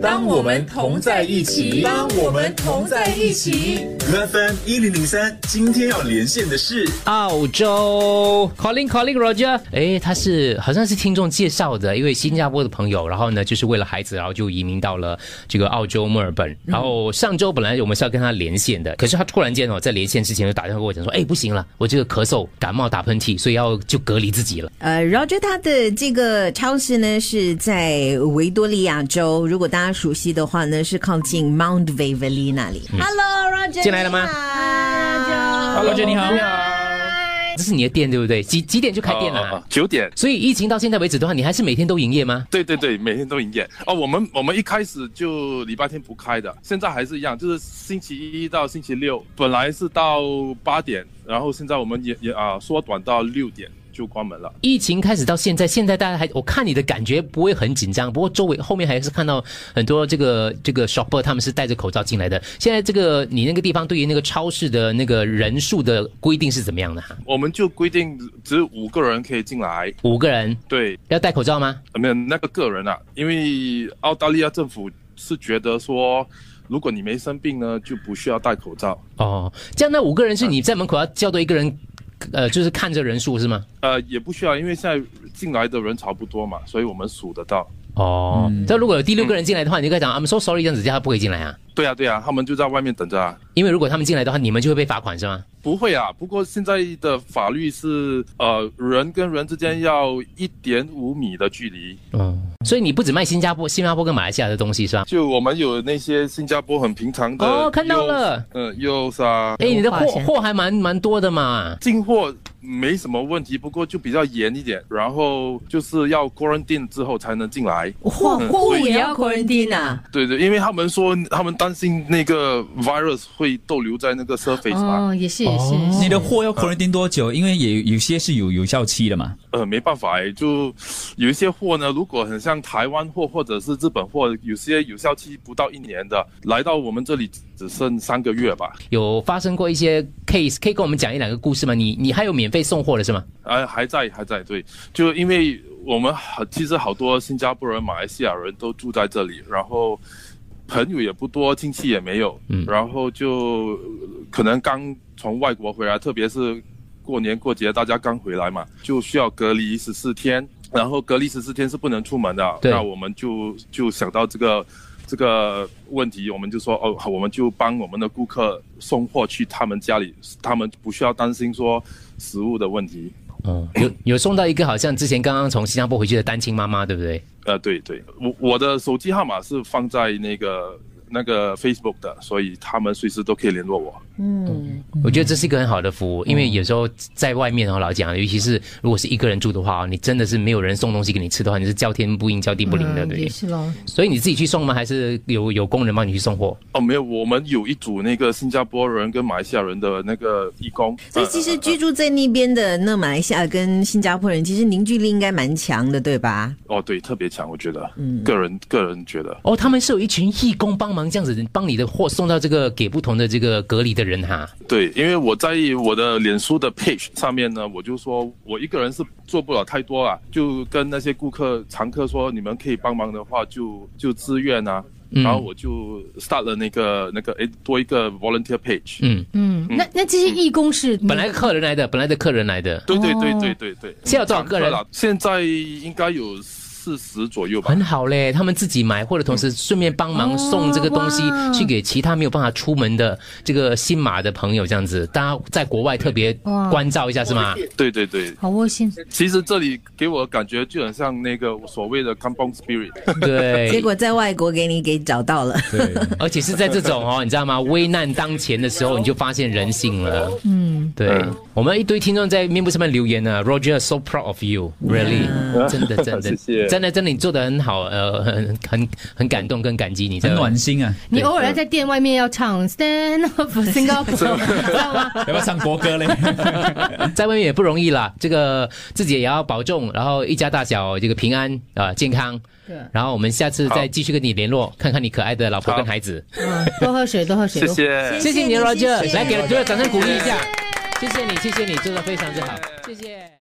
当我们同在一起，当我们同在一起。 FM 一零零三，今天要连线的是澳洲，Calling Calling Roger，哎，他是好像是听众介绍的一位新加坡的朋友，然后呢，就是为了孩子，然后就移民到了这个澳洲墨尔本。然后上周本来我们是要跟他连线的，可是他突然间哦，在连线之前就打电话跟我讲说，哎，不行了，我这个咳嗽、感冒、打喷嚏，所以要就隔离自己了。呃，Roger 他的这个超市呢是在维多利亚州，如果大家熟悉的话呢，是靠近 Mount Waverly 那里。Hello，Roger，进来 了吗吗 Hello，Roger，你好。这是你的店对不对？几几点就开店了、哦哦哦九点。所以疫情到现在为止的话，你还是每天都营业吗？对对对，每天都营业哦。我们我们一开始就礼拜天不开的，现在还是一样，就是星期一到星期六，本来是到八点，然后现在我们也也啊缩短到六点就关门了。疫情开始到现在，现在大家还我看你的感觉不会很紧张，不过周围后面还是看到很多这个这个 shopper 他们是戴着口罩进来的。现在这个你那个地方对于那个超市的那个人数的规定是怎么样的啊？我们就规定只有五个人可以进来，五个人对，要戴口罩吗？呃没有那个个人啊，因为澳大利亚政府是觉得说，如果你没生病呢，就不需要戴口罩。哦，这样那五个人是你在门口要叫对一个人，呃，就是看着人数是吗？呃，也不需要，因为现在进来的人潮不多嘛，所以我们数得到。哦，那、如果有第六个人进来的话，你就跟他讲啊 I'm so sorry 这样子，叫他不可以进来啊，对呀、对呀、他们就在外面等着啊。因为如果他们进来的话，你们就会被罚款是吗？不会啊，不过现在的法律是，呃，人跟人之间要一点五米的距离。哦，所以你不只卖新加坡、新加坡跟马来西亚的东西是吧？就我们有那些新加坡很平常的哦看到了，嗯，柚子啊，哎，你的文货化圈货还蛮蛮多的嘛。进货没什么问题，不过就比较严一点，然后就是要 quarantine 之后才能进来。货嗯货物所以也要 quarantine 啊？对对，因为他们说他们担心那个 virus 会逗留在那个 surface 嘛，哦，也是也是，哦也是嗯你的货要 quarantine 多久？因为也有些是有有效期的嘛。呃，没办法哎，就有一些货呢，如果很像台湾货或者是日本货，有些有效期不到一年的，来到我们这里只剩三个月吧。有发生过一些 case，可以跟我们讲一两个故事吗？你你还有免费送货的是吗？哎，还在还在，对，就因为我们好，其实好多新加坡人、马来西亚人都住在这里，然后朋友也不多，亲戚也没有，嗯然后就呃可能刚从外国回来，特别是过年过节大家刚回来嘛，就需要隔离十四天，然后隔离十四天是不能出门的，对那我们就就想到这个。这个问题，我们就说哦，好我们就帮我们的顾客送货去他们家里，他们不需要担心说食物的问题。哦，有有送到一个好像之前刚刚从新加坡回去的单亲妈妈，对不对？呃，对对，我我的手机号码是放在那个那个 Facebook 的，所以他们随时都可以联络我。嗯，我觉得这是一个很好的服务，因为有时候在外面哦，老实讲，尤其是如果是一个人住的话，你真的是没有人送东西给你吃的话，你是叫天不应叫地不灵的，嗯对也。是咯。所以你自己去送吗？还是有有工人帮你去送货？哦，没有，我们有一组那个新加坡人跟马来西亚人的那个义工，所呃以其实居住在那边的那马来西亚跟新加坡人，其实凝聚力应该蛮强的，对吧？呃、哦，对，特别强，我觉得，嗯，个人个人觉得，哦，他们是有一群义工帮忙这样子，帮你的货送到这个给不同的这个隔离的人哈。对，因为我在我的脸书的 page 上面呢，我就说我一个人是做不了太多啊，就跟那些顾客、常客说，你们可以帮忙的话就就自愿啊。嗯然后我就 start 了那个那个诶，多一个 volunteer page，嗯，嗯，那那这些义工是本来客人来的，本来的客人来的，对对对对对对，哦现在有多少个人常客啦？现在应该有四十左右吧很。好嘞，他们自己买，或者同时顺便帮忙送这个东西嗯哦哇去给其他没有办法出门的这个新马的朋友，这样子，大家在国外特别哇关照一下是吗？对对对，好窝心，其实这里给我的感觉就很像那个所谓的 Kampong Spirit，结对，果在外国给你给找到了。对，而且是在这种哦，你知道吗？危难当前的时候，你就发现人性了。嗯，对嗯，我们一堆听众在面部上面留言呢，Roger so proud of you，really，真的真的 谢谢真的真的你做的很好，呃，很很很感动跟感激你，真很的暖心啊！你偶尔要在店外面要唱 Stand Up for Singapore，知道吗？ 要不要唱国歌嘞？在外面也不容易啦，这个自己也要保重，然后一家大小这个平安啊、呃健康。对然后我们下次再继续跟你联络，看看你可爱的老婆跟孩子。嗯，多喝水，多喝水，哦谢谢。谢谢你谢谢，Roger，谢谢来给 Roger 掌声鼓励一下，谢谢你，谢谢你做的非常之好，谢谢。